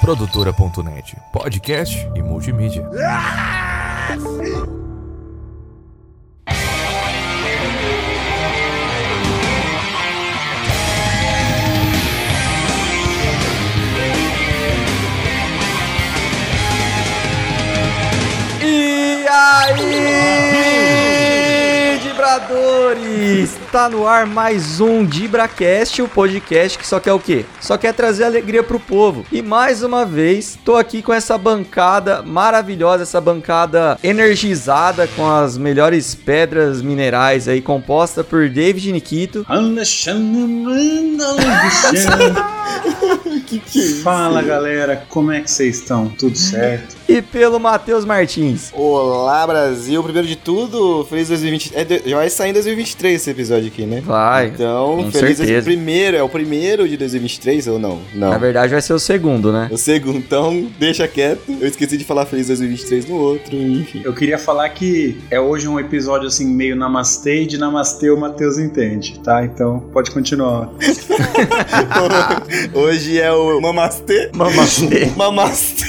Produtora.net, podcast e multimídia. E aí, Dibradores! Tá no ar mais um DibraCast, o podcast que só quer o quê? Só quer trazer alegria pro povo. E mais uma vez, tô aqui com essa bancada maravilhosa, essa bancada energizada com as melhores pedras minerais aí, composta por David Nikito. que que é isso? Fala galera, como é que vocês estão? Tudo certo? E pelo Matheus Martins. Olá Brasil, primeiro de tudo, feliz 2020. É, de- já vai sair em 2023 esse episódio aqui, né? Vai. Então, com feliz certeza. primeiro, é o primeiro de 2023 ou não? Não. Na verdade, vai ser o segundo, né? O segundo, então, deixa quieto. Eu esqueci de falar feliz 2023 no outro, enfim. Eu queria falar que é hoje um episódio assim meio namastê e de namastê o Matheus entende, tá? Então pode continuar. Hoje é o Mamastê. Mamastê. Mamastê.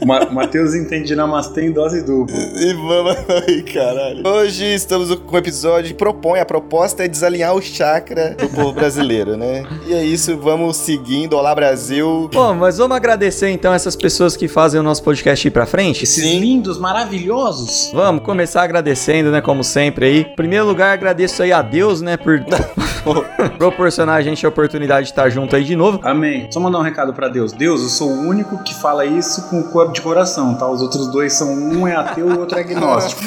O Ma- o Matheus entende namastê em dose dupla. E mama... Ai, caralho. Hoje estamos com um episódio que propõe, a proposta é desalinhar o chakra do povo brasileiro, né? E é isso, vamos seguindo. Olá Brasil. Bom, mas vamos agradecer então essas pessoas que fazem o nosso podcast ir pra frente? Esses Sim. lindos, maravilhosos. Vamos começar agradecendo, né, como sempre aí. Em primeiro lugar, agradeço aí a Deus, né, por proporcionar a gente a oportunidade de estar junto aí de novo. Amém. Só mandar um recado pra Deus. Deus, eu sou o único que fala isso com o corpo de coração, tá? Os outros dois são um é ateu e o outro é agnóstico.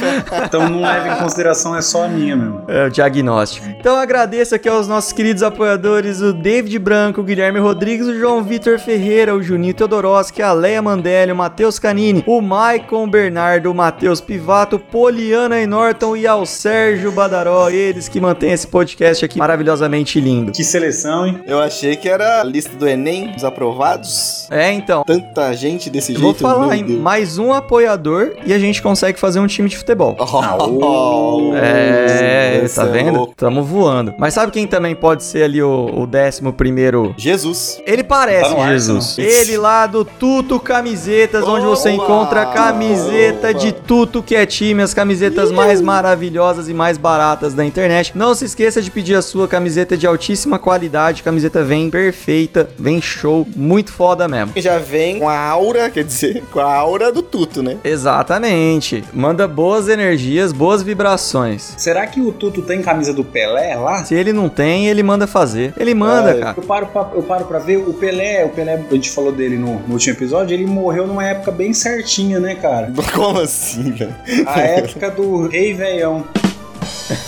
Então não leve em consideração, é só a minha mesmo. É o diagnóstico. Então agradeço aqui aos nossos queridos apoiadores, o David Branco, o Guilherme Rodrigues, o João Vitor Ferreira, o Juninho Teodoroski, a Leia Mandelli, o Matheus Canini, o Maicon Bernardo, o Matheus Pivato, Poliana e Norton e ao Sérgio Badaró, eles que mantêm esse podcast aqui maravilhosamente lindo. Que seleção, hein? Eu achei que era a lista do Enem, dos aprovados. É, então, Tanta gente desse Eu jeito. vou falar, meu hein? Deus. Mais um apoiador e a gente consegue fazer um time de futebol. Oh, É, essa tá é vendo? louca. Tamo voando. Mas sabe quem também pode ser ali o, o décimo primeiro? Jesus. Ele parece Tá no ar, Jesus. então. Ele lá do Tuto Camisetas, onde Oba! você encontra camiseta Oba! de Tuto, que é time, as camisetas mais maravilhosas e mais baratas da internet. Não se esqueça de pedir a sua camiseta de altíssima qualidade. Camiseta vem perfeita, vem show, muito foda mesmo. Que já vem com a aura, quer dizer, com a aura do tuto, né? Exatamente. Manda boas energias, boas vibrações. Será que o Tuto tem camisa do Pelé lá? Se ele não tem, ele manda fazer. Ele manda, Ah, cara. Eu paro, pra, eu paro pra ver o Pelé, o Pelé, a gente falou dele no, no último episódio, ele morreu numa época bem certinha, né, cara? Como assim, velho? A época do Rei Veião.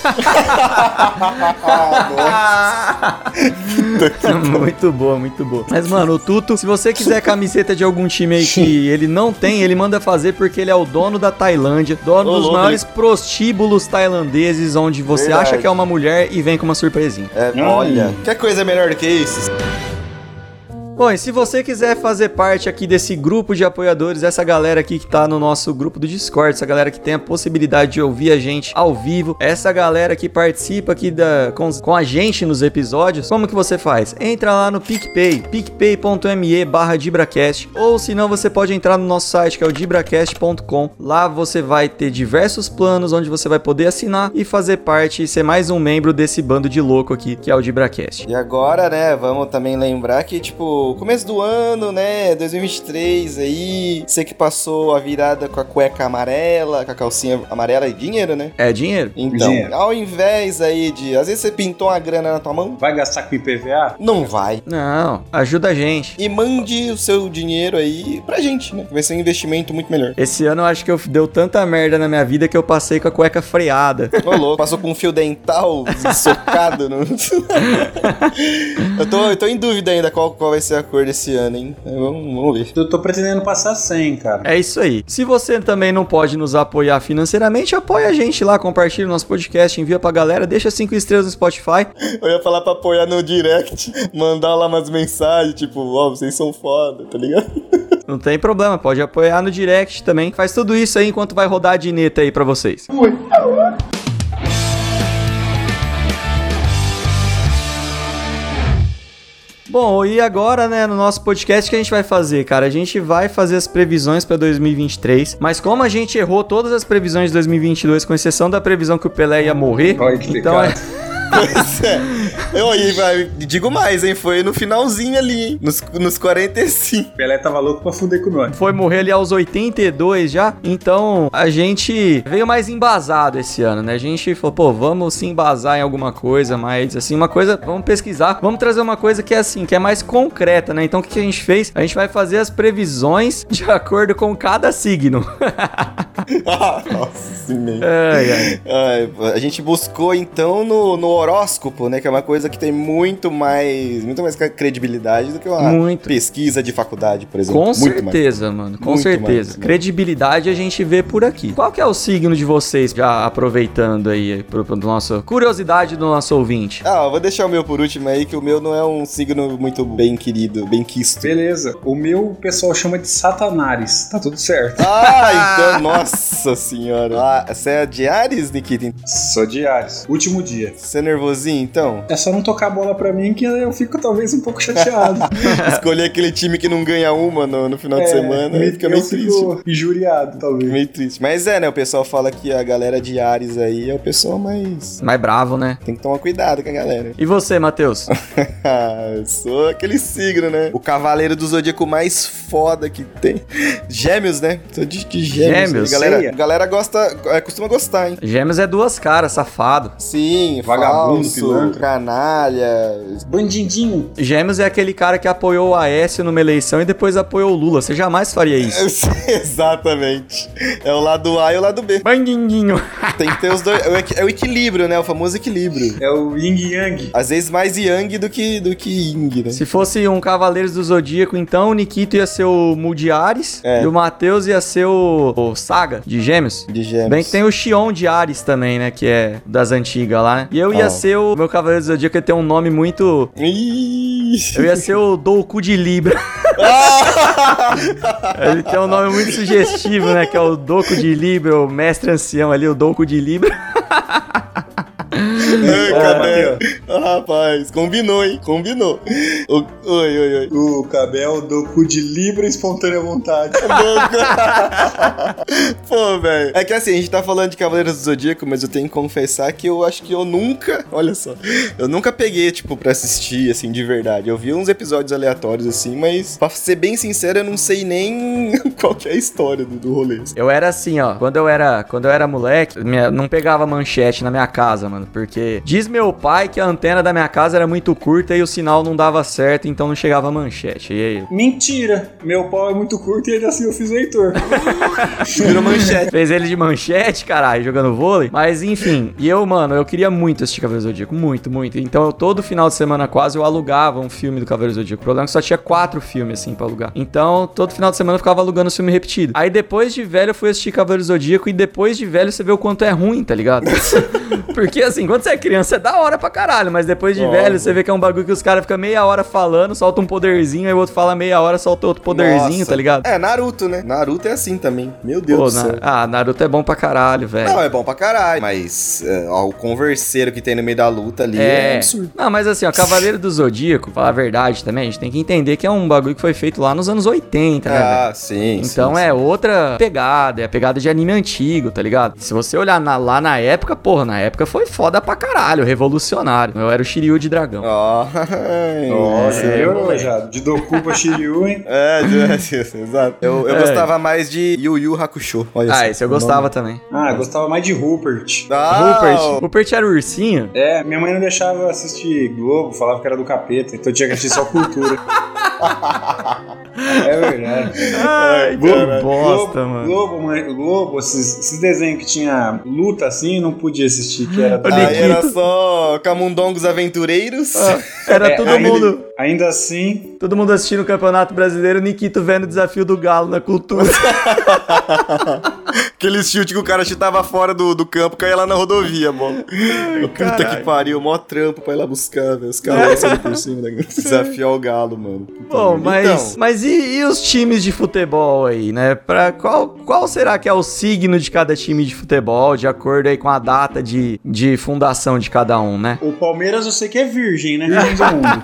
muito boa, muito boa. Mas, mano, o Tuto, se você quiser camiseta de algum time aí que ele não tem, ele manda fazer porque ele é o dono da Tailândia, dono Ô, dos louco, maiores prostíbulos tailandeses, onde você Verdade. acha que é uma mulher e vem com uma surpresinha. É, olha, que coisa melhor do que isso? Bom, e se você quiser fazer parte aqui desse grupo de apoiadores, essa galera aqui que tá no nosso grupo do Discord, essa galera que tem a possibilidade de ouvir a gente ao vivo, essa galera que participa aqui da, com, com a gente nos episódios, como que você faz? Entra lá no PicPay, picpay.me barra Dibracast, ou se não, você pode entrar no nosso site, que é o dibracast.com. Lá você vai ter diversos planos, onde você vai poder assinar e fazer parte e ser mais um membro desse bando de louco aqui, que é o Dibracast. E agora, né, vamos também lembrar que, tipo, começo do ano, né, 2023 aí, você que passou a virada com a cueca amarela, com a calcinha amarela e dinheiro, né? É dinheiro? Então, Dinheiro. ao invés aí de. Às vezes você pintou uma grana na tua mão, Vai gastar com IPVA? não vai. Não, ajuda a gente. E mande o seu dinheiro aí pra gente, né? Vai ser um investimento muito melhor. Esse ano eu acho que eu deu tanta merda na minha vida que eu passei com a cueca freada. Ô, louco, passou com um fio dental socado no. eu, tô, eu tô em dúvida ainda qual, qual vai ser a cor desse ano, hein? Mas Vamos, vamos ver. Eu tô pretendendo passar 100, cara. É isso aí. Se você também não pode nos apoiar financeiramente, apoia a gente lá, compartilha o nosso podcast, envia pra galera, deixa cinco estrelas no Spotify. Eu ia falar pra apoiar no direct, mandar lá umas mensagens, tipo, ó, vocês são foda, tá ligado? Não tem problema, pode apoiar no direct também. Faz tudo isso aí enquanto vai rodar a dineta aí pra vocês. Bom, e agora, né, no nosso podcast, o que a gente vai fazer, cara? A gente vai fazer as previsões pra 2023, mas como a gente errou todas as previsões de 2022, com exceção da previsão que o Pelé ia morrer, Olha que então é, pecado. Pois é. Eu aí, vai, digo mais, hein? Foi no finalzinho ali, hein? Nos, nos 45. Pelé tava louco pra fuder com nós. foi morrer ali aos 82 já. Então a gente veio mais embasado esse ano, né? A gente falou, pô, vamos se embasar em alguma coisa mais, assim, uma coisa, vamos pesquisar, vamos trazer uma coisa que é assim, que é mais concreta, né? Então o que que a gente fez? A gente vai fazer as previsões de acordo com cada signo. Ah, Nossa, sim mesmo. Ai, ai. Ai, a gente buscou então no, no horóscopo, né? Que é uma coisa que tem muito mais, muito mais credibilidade do que uma Muito. pesquisa de faculdade, por exemplo. Com Ah, Muito mais. certeza, mano. Com Muito certeza. mais, né? Credibilidade a gente vê por aqui. Qual que é o signo de vocês, já aproveitando aí, pro, pro nossa curiosidade do nosso ouvinte? Ah, eu vou deixar o meu por último aí, que o meu não é um signo muito bem querido, bem quisto. Beleza. O meu o pessoal chama de Satanares. Tá tudo certo. Ah, então, nossa senhora. Ah, você é de Ares, Nikita? Só de Ares. Último dia. Você é nervosinho, então? É só não tocar a bola pra mim que eu fico talvez um pouco chateado. Escolher aquele time que não ganha uma no, no final É, de semana, aí fica eu meio triste. fico injuriado, talvez. Meio triste. Mas é, né? O pessoal fala que a galera de Ares aí é o pessoal mais. Mais bravo, né? Tem que tomar cuidado com a galera. Ah, E você, Matheus? Eu sou aquele signo, né? O cavaleiro do zodíaco mais foda que tem. Gêmeos, né? Sou de, de gêmeos. Gêmeos, A galera, ceia. a galera gosta, é, costuma gostar, hein? Gêmeos é duas caras, safado. Sim, Vagabundo, falso, pilantra. canalha. Bandidinho. Gêmeos é aquele cara que apoiou o Aécio numa eleição e depois apoiou o Lula. Você jamais faria isso. Exatamente. É o lado A e o lado B. Bandinguinho. Tem que ter os dois. É o equi- É o equilíbrio, né? O famoso equilíbrio. É o Yin Yang. Às vezes mais Yang do que, do que Ying, né? Se fosse um Cavaleiros do Zodíaco, então o Nikito ia ser o Mudiares É. e o Matheus ia ser o, o Saga de Gêmeos. De gêmeos. Bem que tem o Xion de Ares também, né? Que é das antigas lá, né? E eu ia Ah. ser o. Meu Cavaleiro do Zodíaco ia ter um nome muito. Ih! Eu ia ser o Douku de Libra. Ele tem um nome muito sugestivo, né? Que é o Douku de Libra, o mestre ancião ali, o Douku de Libra. Ai, Ó, cadê? Ah, rapaz, combinou, hein? Combinou. O- Oi, oi, oi. O Cabel do cu de livre e espontânea vontade. Pô, velho. É que assim, a gente tá falando de Cavaleiros do Zodíaco, mas eu tenho que confessar que eu acho que eu nunca. Olha só. Eu nunca peguei, tipo, pra assistir, assim, de verdade. Eu vi uns episódios aleatórios, assim, mas pra ser bem sincero, eu não sei nem qual que é a história do, do rolê. Eu era assim, ó. Quando eu era, quando eu era moleque, minha- não pegava manchete na minha casa, mano. Porque diz meu pai que a antena da minha casa era muito curta e o sinal não dava certo, então não chegava manchete. E aí? Mentira! Meu pau é muito curto e ainda assim eu fiz o Heitor. Virou manchete. Fez ele de manchete, caralho, jogando vôlei. Mas enfim, e eu, mano, eu queria muito assistir Cavaleiro do Zodíaco. Muito, muito. Então eu todo final de semana quase eu alugava um filme do Cavaleiro do Zodíaco. O problema é que só tinha quatro filmes, assim, pra alugar. Então todo final de semana eu ficava alugando filme repetido. Aí depois de velho eu fui assistir Cavaleiro do Zodíaco e depois de velho você vê o quanto é ruim, tá ligado? Porque assim, quando você é criança é da hora pra caralho, mas depois de velho você vê que é um bagulho que os caras ficam meia hora falando, solta um poderzinho, aí o outro fala meia hora, solta outro poderzinho, Nossa. tá ligado? É, Naruto, né? Naruto é assim também. Meu Deus Pô, do na- céu. Ah, Naruto é bom pra caralho, velho. Não, é bom pra caralho. Mas é, ó, o converseiro que tem no meio da luta ali é, É. absurdo. Não, mas assim, ó, Cavaleiro do Zodíaco, falar a verdade também, a gente tem que entender que é um bagulho que foi feito lá nos anos 80, né, velho? Ah, sim. Então sim, é outra pegada, é a pegada de anime antigo, tá ligado? Se você olhar na- lá na época, porra, na época foi foda pra caralho, revolucionário. Eu era o Shiryu de dragão. Ó. Nossa, É, eu moleque. já. De Doku pra Shiryu, hein? É, é, exato. Eu, eu É. gostava mais de Yu Yu Hakusho. Olha só. ah, esse eu gostava também. Ah, eu gostava mais de Rupert. né? Ah, Rupert. Rupert era o ursinho? É, minha mãe não deixava assistir Globo, falava que era do capeta, então eu tinha que assistir só cultura. é verdade. Ai, bosta, cara. Globo, mano. Globo, mãe, Globo, esses, esses desenhos que tinha luta assim, não podia assistir, que era Olha Aí Nikito. era só Camundongos Aventureiros. Era É, todo ainda- mundo, Ainda assim, todo mundo assistindo o Campeonato Brasileiro, Nikito vendo o desafio do Galo na cultura. Aquele chute que tipo, o cara chutava fora do, do campo, caía lá na rodovia, mano. Puta caralho. que pariu, mó trampo pra ir lá buscar, velho. Os caras passando por cima, né? Desafiar o galo, mano. Puta Bom, merda. mas, Então, mas e, e os times de futebol aí, né? Pra qual, qual será que é o signo de cada time de futebol, de acordo aí com a data de, de fundação de cada um, né? o Palmeiras eu sei que é virgem, né? Virgem do mundo.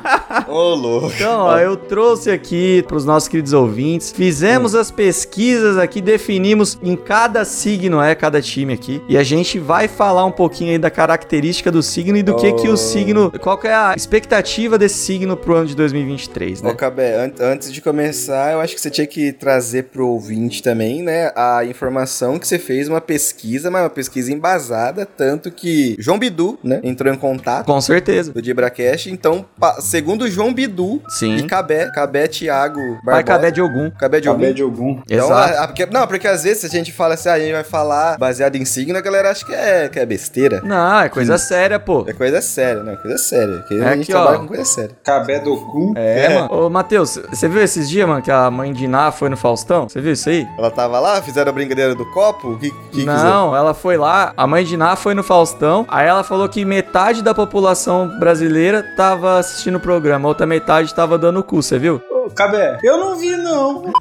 Ô, louco. Então, ó, eu trouxe aqui para os nossos queridos ouvintes. Fizemos Hum. as pesquisas aqui, definimos em cada signo, é, cada time aqui. E a gente vai falar um pouquinho aí da característica do signo e do que que o Oh. signo, qual que é a expectativa desse signo pro ano de 2023, Ô, né? Cabé, an- antes de começar, eu acho que você tinha que trazer pro ouvinte também, né, a informação que você fez uma pesquisa, mas uma pesquisa embasada, tanto que João Bidu, né, entrou em contato Com certeza. do Dibracast, então, pa- segundo João Bidu e Sim. Cabé, Cabé Thiago Uhum. Vai Barbosa, caber de algum. Cabé de algum... Cabé de algum. Então, Exato. a- a- porque- não, porque às vezes a gente fala assim, ah, a gente vai falar baseado em signo, a galera acha que é, que é besteira. Não, é coisa séria, pô. É coisa séria, né? Coisa séria. Que É a gente aqui, ó. trabalha com coisa séria. Cabé do cu. É, mano. Ô, Matheus, você viu esses dias, mano, que a mãe de Iná foi no Faustão? Você viu isso aí? Ela tava lá, fizeram a brincadeira do copo? O que, que não, ela foi lá, a mãe de Ná foi no Faustão, aí ela falou que metade da população brasileira tava assistindo o programa, a outra metade tava dando o cu, você viu? Ô, Cabé, eu não vi, não.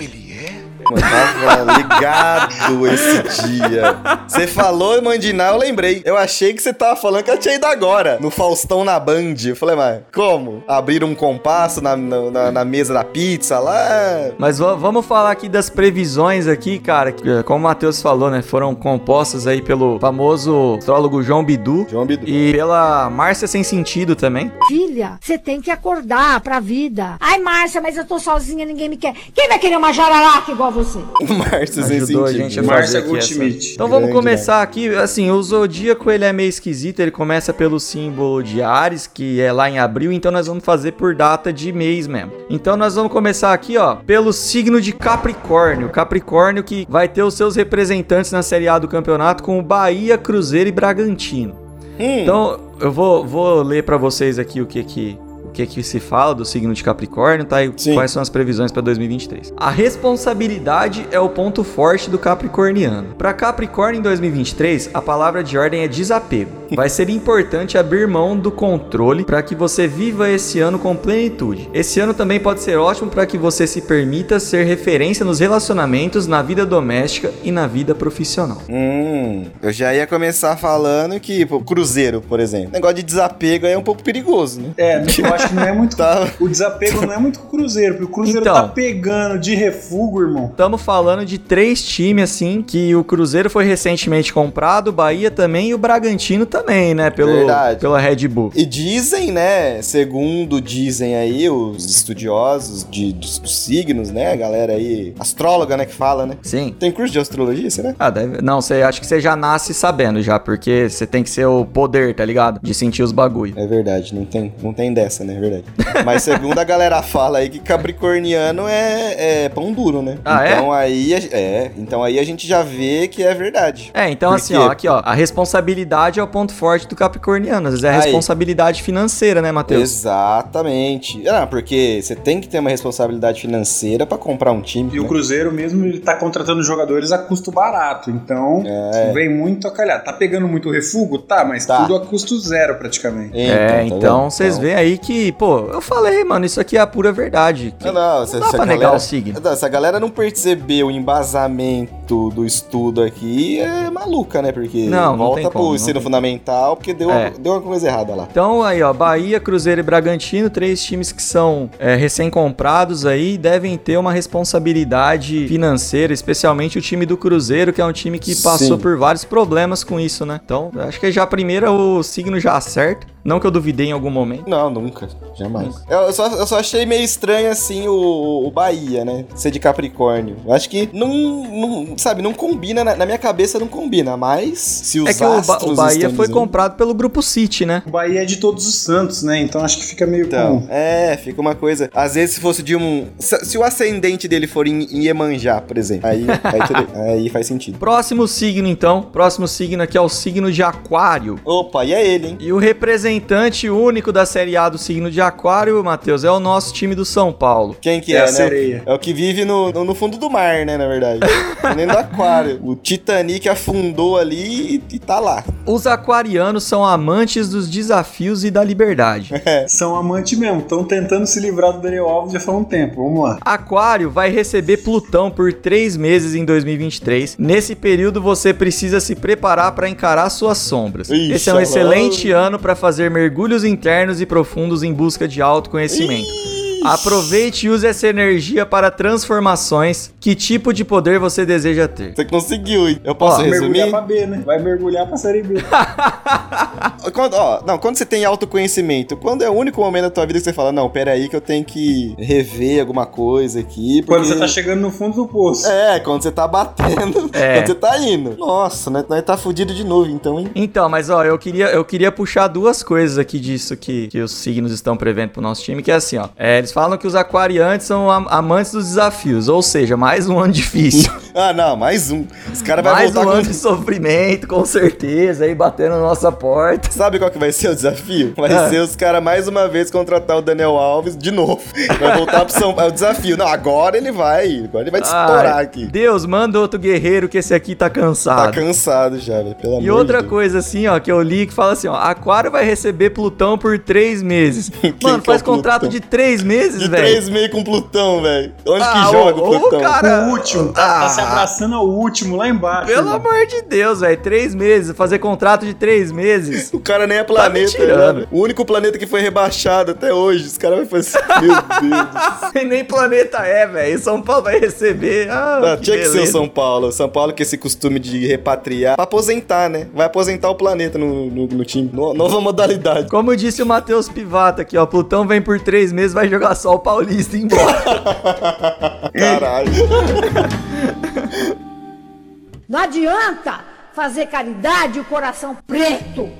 Mano, tava ligado esse dia. Você falou Mandiná, eu lembrei. Eu achei que você tava falando que ela tinha ido agora. No Faustão na Band. Eu falei, mas como? Abriram um compasso na, na, na- na mesa da pizza lá. Mas va- vamos falar aqui das previsões aqui, cara, que, eh, como o Matheus falou, né, foram compostas aí pelo famoso astrólogo João Bidu João Bidu. e pela Márcia Sem Sentido também. Filha, você tem que acordar pra vida. Ai, Márcia, mas eu tô sozinha, ninguém me quer. Quem vai querer uma jararaca igual você? O Márcio sem Ajudou a gente a sentido. Mar- Márcia fazer aqui essa. Goldschmidt. Então vamos Grande começar aqui, assim, o zodíaco ele é meio esquisito, ele começa pelo símbolo de Ares, que é lá em abril, então nós vamos fazer por data de mês mesmo. Então nós vamos começar aqui, ó, pelo signo de Capricórnio. Capricórnio que vai ter os seus representantes na Série A do campeonato com o Bahia, Cruzeiro e Bragantino. Hum, Então, eu vou, vou ler pra vocês aqui o que que o que que se fala do signo de Capricórnio, tá? E Sim. quais são as previsões pra 2023. A responsabilidade é o ponto forte do capricorniano. Pra Capricórnio em 2023, a palavra de ordem é desapego. Vai ser importante abrir mão do controle pra que você viva esse ano com plenitude. Esse ano também pode ser ótimo pra que você se permita ser referência nos relacionamentos, na vida doméstica e na vida profissional. Hum, eu já ia começar falando que, pô, Cruzeiro, por exemplo. Negócio de desapego aí é um pouco perigoso, né? É, eu acho que não é muito. Tá. O desapego não é muito com o Cruzeiro, porque o Cruzeiro Então. tá pegando de refugo, irmão. Estamos falando de três times, assim, que o Cruzeiro foi recentemente comprado, o Bahia também e o Bragantino também, né? Pelo, Verdade. pela Red Bull. E dizem, né? Segundo dizem aí os estudiosos de, dos, dos signos, né? A galera aí, astróloga, né? Que fala, né? Sim. Tem curso de astrologia, será? Ah, deve... Não, você acho que você já nasce sabendo já, porque você tem que ser o poder, tá ligado? De sentir os bagulho. É verdade, não tem, não tem dessa, né? É verdade. Mas segundo a galera fala aí que capricorniano é, é pão duro, né? Ah, é? então aí a- é, então aí a gente já vê que é verdade. É, então Por assim, quê? ó, aqui ó, a responsabilidade é o ponto forte do Capricorniano. Às vezes é a Aí. responsabilidade financeira, né, Matheus? Exatamente. Ah, porque você tem que ter uma responsabilidade financeira pra comprar um time. E o né? Cruzeiro mesmo, ele tá contratando jogadores a custo barato. Então, É. vem muito a calhar. Tá pegando muito refugo? Tá, mas Tá. tudo a custo zero praticamente. É, tá então vendo? vocês veem aí que, pô, eu falei, mano, isso aqui é a pura verdade. Que Não, não, não dá pra negar o signo. Não, Se a galera não perceber o embasamento do estudo aqui, é maluca, né? Porque Não, não volta tem como, pro não ensino tem fundamental, porque deu, É. deu uma coisa errada lá. Então aí, ó, Bahia, Cruzeiro e Bragantino, três times que são é, recém-comprados aí, devem ter uma responsabilidade financeira, especialmente o time do Cruzeiro, que é um time que passou Sim. por vários problemas com isso, né? Então, acho que já a primeira o signo já acerta, não que eu duvidei em algum momento. Não, nunca. Jamais. Eu, eu só, eu só achei meio estranho, assim, o, o Bahia, né? Ser de Capricórnio. Eu acho que não, não- sabe, não combina, na, na minha cabeça não combina, mas se os é que o, Ba- astros o Bahia estão foi dizendo- comprado pelo Grupo City, né? O Bahia é de todos os santos, né? Então acho que fica meio Então, comum. é, fica uma coisa. Às vezes, se fosse de um. Se se o ascendente dele for em em Iemanjá, por exemplo, aí, aí, tudo- aí faz sentido. Próximo signo, então. Próximo signo aqui é o signo de Aquário. Opa, e é ele, hein? E o representante único da Série A do signo de Aquário, Matheus, é o nosso time do São Paulo. Quem que É é, a né? sereia. É o que vive no, no, no fundo do mar, né, na verdade. Dentro do aquário. O Titanic afundou ali e, e tá lá. Os aquarianos são amantes dos desafios e da liberdade. É, São amante mesmo, estão tentando se livrar do Daniel Alves já faz um tempo. Vamos lá. Aquário vai receber Plutão por três meses em 2023. Nesse período, você precisa se preparar para encarar suas sombras. Ixi, Esse é um olha lá. excelente ano para fazer fazer mergulhos internos e profundos em busca de autoconhecimento. Aproveite e use essa energia para transformações. Que tipo de poder você deseja ter? Você conseguiu, hein? Eu posso Ó, resumir? Mergulhar pra B, né? Vai mergulhar pra série B. Quando, ó, não, quando você tem autoconhecimento, quando é o único momento da tua vida que você fala, não, peraí que eu tenho que rever alguma coisa aqui. Quando você porque- tá chegando no fundo do poço. É, quando você tá batendo, É. quando você tá indo. Nossa, nós, nós tá fudido de novo, então, hein? Então, mas ó, eu queria, eu queria puxar duas coisas aqui disso que, que os signos estão prevendo pro nosso time, que é assim, ó. É, eles falam que os aquariantes são am- amantes dos desafios, ou seja, mais um ano difícil. Ah, não, mais um. Os caras vão mais um voltar ano com. de sofrimento, com certeza, aí batendo na nossa porta. Sabe qual que vai ser o desafio? Vai Ah. ser os caras mais uma vez contratar o Daniel Alves de novo. Vai voltar pro São Paulo. É o desafio. Não, agora ele vai. Agora ele vai te estourar Ai, aqui. Deus, manda outro guerreiro que esse aqui tá Tá cansado. cansado já, velho. Pelo amor E outra de Deus. coisa assim, ó, que eu li que fala assim, ó, Aquário vai receber Plutão por três meses. que Mano, é faz o contrato de Plutão? três meses, De velho. três meio com Plutão, velho. Onde Ah, que joga ô, o ô, Plutão? cara. ah. O último, tá, tá se abraçando ao último lá embaixo. Pelo irmão. amor de Deus, velho. Três meses, fazer contrato de três meses. O cara nem é planeta, tá me tirando. né? O único planeta que foi rebaixado até hoje. Os caras vão fazer. assim, Meu Deus. do céu. E nem planeta é, velho. São Paulo vai receber. Ah, Ah, que tinha que ser o beleza. São Paulo. O São Paulo com esse costume de repatriar. Pra aposentar, né? Vai aposentar o planeta no, no, no time. No- nova modalidade. Como disse o Matheus Pivato aqui, ó. Plutão vem por três meses, vai jogar só o Paulista e ir embora. Caralho. Não adianta fazer caridade e o coração preto.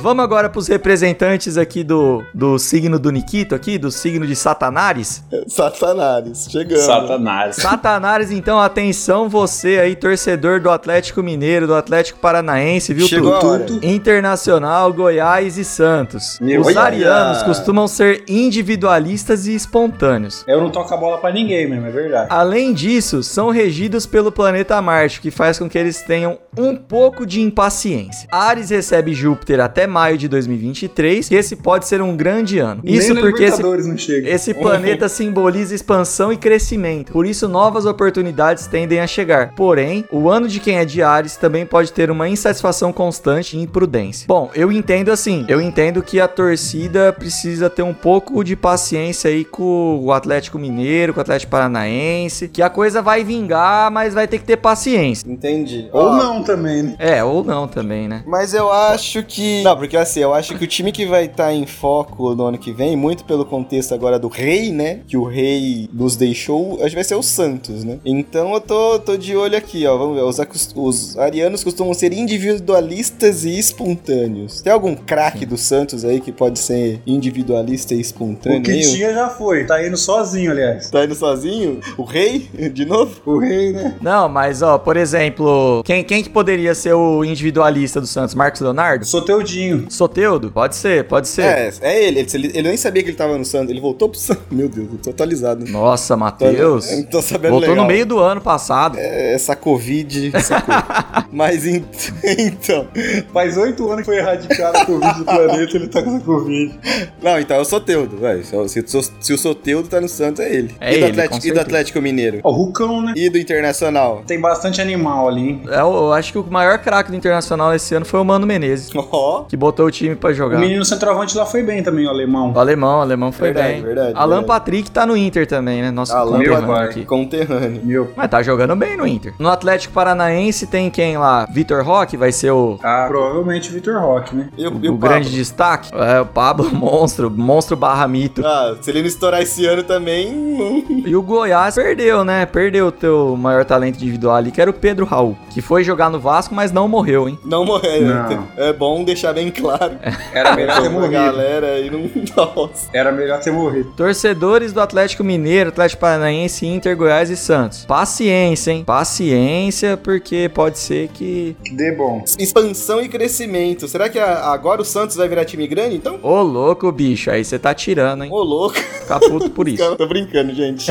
Vamos agora pros representantes aqui do, do signo do Nikito aqui, do signo de Satanares. Satanás. Chegamos. Satanás. Satanares, então, atenção você aí, torcedor do Atlético Mineiro, do Atlético Paranaense, viu, Chegou a Tutu? hora. Internacional, Goiás e Santos. Meu Os Deus. arianos costumam ser individualistas e espontâneos. Eu não toco a bola pra ninguém mesmo, é verdade. Além disso, são regidos pelo planeta Marte, o que faz com que eles tenham um pouco de impaciência. Ares recebe Júpiter até maio de 2023, e esse pode ser um grande ano. Isso Nem na porque esse Libertadores não chega. esse planeta simboliza expansão e crescimento, por isso novas oportunidades tendem a chegar. Porém, o ano de quem é de Ares também pode ter uma insatisfação constante e imprudência. Bom, eu entendo assim, eu entendo que a torcida precisa ter um pouco de paciência aí com o Atlético Mineiro, com o Atlético Paranaense, que a coisa vai vingar, mas vai ter que ter paciência. Entendi. Ou Ó, não também, né? É, ou não também, né? Mas eu acho que. Não, porque assim, eu acho que o time que vai estar em foco no ano que vem, muito pelo contexto agora do rei, né? Que o rei nos deixou, acho que vai ser o Santos, né? Então eu tô, tô de olho aqui, ó. Vamos ver. Os, acus- os arianos costumam ser individualistas e espontâneos. Tem algum craque do Santos aí que pode ser individualista e espontâneo? O que tinha já foi. Tá indo sozinho, aliás. Tá indo sozinho? O rei? De novo? O rei, né? Não, mas ó, por exemplo, quem, quem que poderia ser o individualista do Santos? Marcos Leonardo? Soteudinho. Soteudo? Pode ser, pode ser. É, é ele. Ele, ele nem sabia que ele tava no Santos. Ele voltou pro Santos. Meu Deus, eu tô atualizado. Nossa, Matheus. Tô sabendo Voltou então, é legal. É. no meio do ano passado. essa Covid. Essa co- Mas en- então. Faz oito anos que foi erradicado a Covid do planeta, ele tá com essa Covid. Não, então é o Soteudo, vai. Se, o- se o- se o Soteudo tá no Santos, é ele. É e, do ele, Atlético, com e do certeza. Atlético Mineiro. Ó, o Rucão, né? E do Internacional. Tem bastante animal ali, hein? É, Eu, eu acho que o maior craque do Internacional esse ano foi o Mano Menezes, Ó. que botou o time pra O jogar. menino centroavante lá foi bem também, o alemão. O alemão, o alemão foi Verdade, bem. verdade, Alan verdade. Patrick tá no Inter também, né? Nosso Alan conterrâneo Patrick. aqui. Conterrâneo. Meu. Mas tá jogando bem no Inter. No Atlético Paranaense tem quem lá? Vitor Roque vai ser o, Ah, provavelmente o Vitor Roque, né? E o, o e o Pablo? grande destaque. É, o Pablo, monstro, monstro barra mito. Ah, se ele não estourar esse ano também. não- E o Goiás perdeu, né? Perdeu o teu maior talento individual ali, que era o Pedro Raul, que foi jogar no Vasco, mas não morreu, hein? Não morrer. Não. é É bom deixar bem claro. É. Era melhor ter Pra morrido. galera aí não. Nossa. Era melhor ter morrido. Torcedores do Atlético Mineiro, Atlético Paranaense, Inter, Goiás e Santos. Paciência, hein? Paciência, porque pode ser que. Que dê bom. Expansão e crescimento. Será que a- agora o Santos vai virar time grande, então? Ô, louco, bicho, aí você tá tirando, hein? Ô, louco. Fica puto por isso. É, Tô brincando, gente.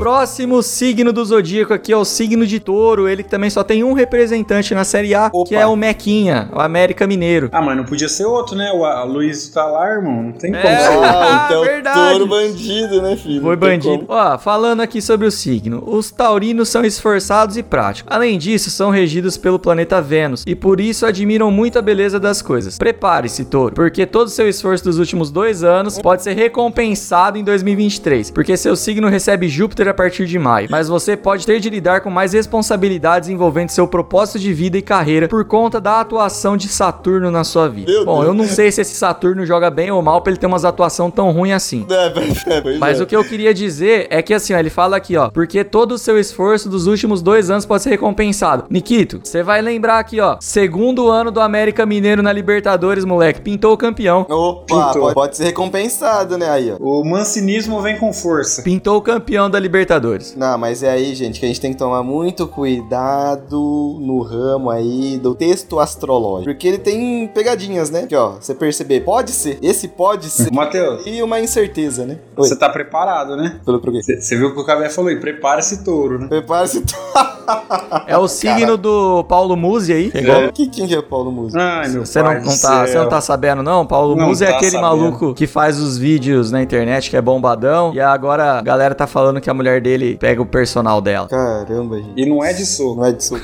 Próximo signo do zodíaco aqui é o signo de touro. Ele também só tem um representante na Série A, Opa. que é o Mequinha, o América Mineiro. Ah, mas não podia ser outro, né? O a- Luiz tá lá, irmão. Não tem como. É. Ah, então Verdade. touro bandido, né, filho? Foi Não tem bandido. como. Ó, falando aqui sobre o signo, os taurinos são esforçados e práticos. Além disso, são regidos pelo planeta Vênus e por isso admiram muito a beleza das coisas. Prepare-se, touro, porque todo o seu esforço dos últimos dois anos pode ser recompensado em 2023, porque seu signo recebe Júpiter a partir de maio. Mas você pode ter de lidar com mais responsabilidades envolvendo seu propósito de vida e carreira por conta da atuação de Saturno na sua vida. Meu Bom, Deus. eu não sei se esse Saturno joga bem ou mal pra ele ter umas atuação tão ruim assim. É, pois Mas é. o que eu queria dizer é que assim, ó, ele fala aqui, ó, porque todo o seu esforço dos últimos dois anos pode ser recompensado. Nikito, você vai lembrar aqui, ó, segundo ano do América Mineiro na Libertadores, moleque, pintou o campeão. Opa, Pintou. pode, pode ser recompensado, né, aí, ó. O mancinismo vem com força. Pintou o campeão da Libertadores. Não, mas é aí, gente, que a gente tem que tomar muito cuidado no ramo aí do texto astrológico. Porque ele tem pegadinhas, né? Que, ó, você perceber, pode ser, esse pode ser. Uhum. Matheus, E uma incerteza, né? Oi, você tá preparado, né? pelo pro quê? Você viu o que o Cabé falou aí, prepara-se touro, né? Prepara-se. É o signo do Paulo Musi aí. Igual- Que quem que é Paulo Musi? Ai, meu Você não, pai não do tá, céu. você não tá sabendo, não? Paulo Não Muzi é tá aquele sabendo. maluco que faz os vídeos na internet, que é bombadão. E agora a galera tá falando que a mulher dele pega o personal dela. Caramba, gente. E não é de soco. Não é disso.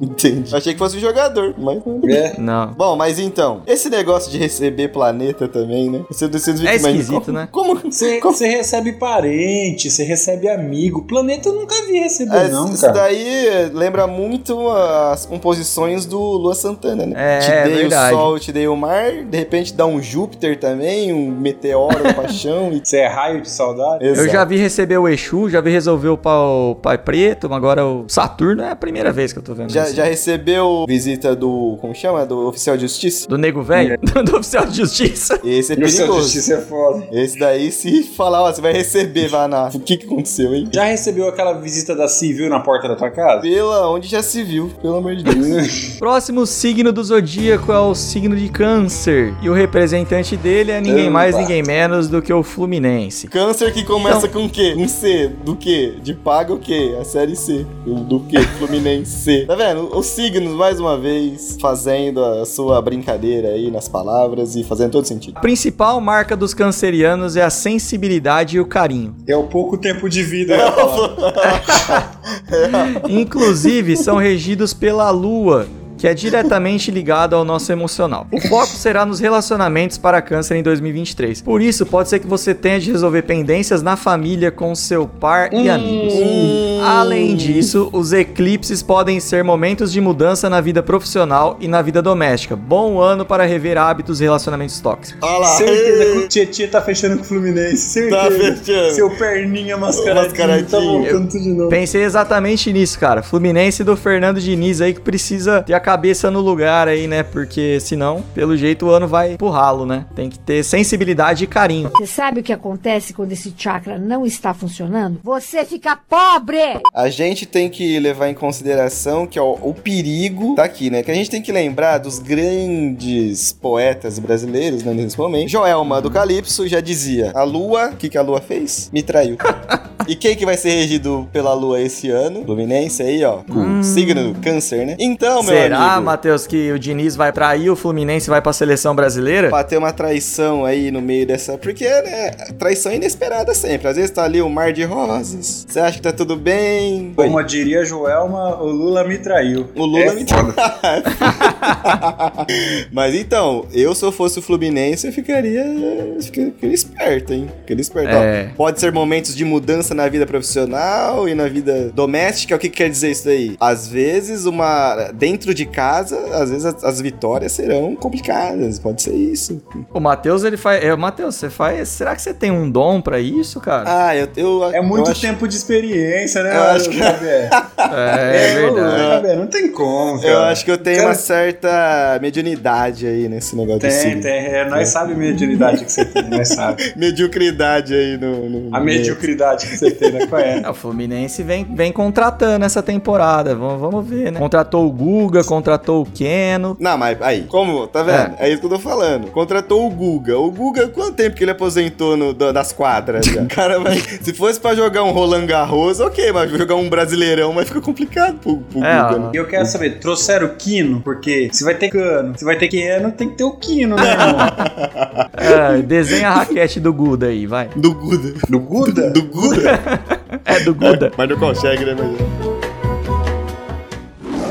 Entendi. Achei que fosse um jogador, mas. É. Não. Bom, mas então, esse negócio de receber planeta também, né? Você, você É mas esquisito, como- né? Como Você Como- você recebe parente, você recebe amigo. Planeta eu nunca vi receber, É, não, isso cara. daí lembra muito as composições do Lua Santana, né? É, te dei verdade. o sol, te dei o mar, de repente dá um Júpiter também, um meteoro, um paixão e. Você é raio de saudade? Eu Exato. já vi receber o Exu, já vi resolver o pau- Pai Preto, mas agora o Saturno é a primeira vez que eu tô vendo já, isso. já recebeu visita do. Como chama? Do oficial de justiça? Do Nego Velho? Do oficial de justiça? Esse é E o seu perigoso. justiça é foda. Esse daí, se falar, ó, você vai receber, vai na. O que que aconteceu, hein? Já recebeu aquela visita da civil na porta da tua casa? Pela onde já se viu, pelo amor de Deus. Próximo signo do zodíaco é o signo de Câncer. E o representante dele é ninguém Opa. mais, ninguém menos do que o Fluminense. Câncer que começa com o quê? Um C. Do quê? De paga o quê? A série C. Do- Do quê? Fluminense C. Tá vendo? Os signos, mais uma vez, fazendo a sua brincadeira aí nas palavras e fazendo todo sentido. A principal marca dos cancerianos é a sensibilidade e o carinho. É o pouco tempo de vida. eu ia falar. Inclusive, são regidos pela lua, que é diretamente ligada ao nosso emocional. O foco será nos relacionamentos para câncer em 2023. Por isso, pode ser que você tenha de resolver pendências na família com seu par e amigos. Além disso, os eclipses podem ser momentos de mudança na vida profissional e na vida doméstica. Bom ano para rever hábitos e relacionamentos tóxicos. Olha lá. Certeza que o Tietchan tá fechando com o Fluminense. Tá Certeza. fechando. Seu perninha mascaradinho, Mascaradinho. tá voltando tudo de novo. Pensei exatamente nisso, cara. Fluminense do Fernando Diniz aí que precisa ter a cabeça no lugar aí, né? Porque senão, pelo jeito, o ano vai pro ralo, né? Tem que ter sensibilidade e carinho. Você sabe o que acontece quando esse chakra não está funcionando? Você fica pobre! A gente tem que levar em consideração que ó, o perigo tá aqui, né? Que a gente tem que lembrar dos grandes poetas brasileiros, né, nesse momento. Joelma do Calypso já dizia: A lua, o que, que a lua fez? Me traiu. e quem que vai ser regido pela lua esse ano? Fluminense aí, ó. Com o signo do câncer, né? Então, meu Será, amigo. Matheus, que o Diniz vai trair o Fluminense e vai pra seleção brasileira? Pra ter uma traição aí no meio dessa. Porque, né? Traição é inesperada sempre. Às vezes tá ali o mar de rosas. Você acha que tá tudo bem? Oi. Como diria Joelma, o Lula me traiu. O Lula É me foda. Mas então, eu se eu fosse o Fluminense, eu ficaria, ficaria, ficaria esperto, hein? Ficaria esperto. É. Ó, Pode ser momentos de mudança na vida profissional e na vida doméstica. O que, que quer dizer isso daí? Às vezes, uma. Dentro de casa, às vezes as, as vitórias serão complicadas. Pode ser isso. O Matheus, ele faz. É, o Matheus, você faz. Será que você tem um dom pra isso, cara? Ah, eu. eu É muito eu acho- tempo de experiência, né? Eu acho que- Cabé? é, verdade. ô, Cabé, Não tem como, cara. Eu acho que eu tenho Cara- uma certa mediunidade aí nesse negócio de Tem, signo. tem. É, nós sabemos a mediunidade que você tem, nós sabemos. Mediocridade aí no. no A mediocridade que você tem, né? Qual é? É, o Fluminense vem, vem contratando essa temporada. Vamos, vamos ver, né? Contratou o Guga, contratou o Keno. Não, mas aí, como? Tá vendo? É. isso que eu tô falando. Contratou o Guga. O Guga, quanto tempo que ele aposentou no, da- das quadras? já? O cara vai. Se fosse pra jogar um Roland Garros, ok, mas jogar um Brasileirão, mas fica complicado pro, pro É, Guga, ó. né? E eu quero saber, trouxeram o Kino? Porque se vai ter cano, se vai ter Keno, tem que ter o Kino, né, irmão? É, desenha a raquete do Guda aí, vai. Do Guda. Do Guda? Do Guda. É, do Guda. mas não consegue, né? Mas...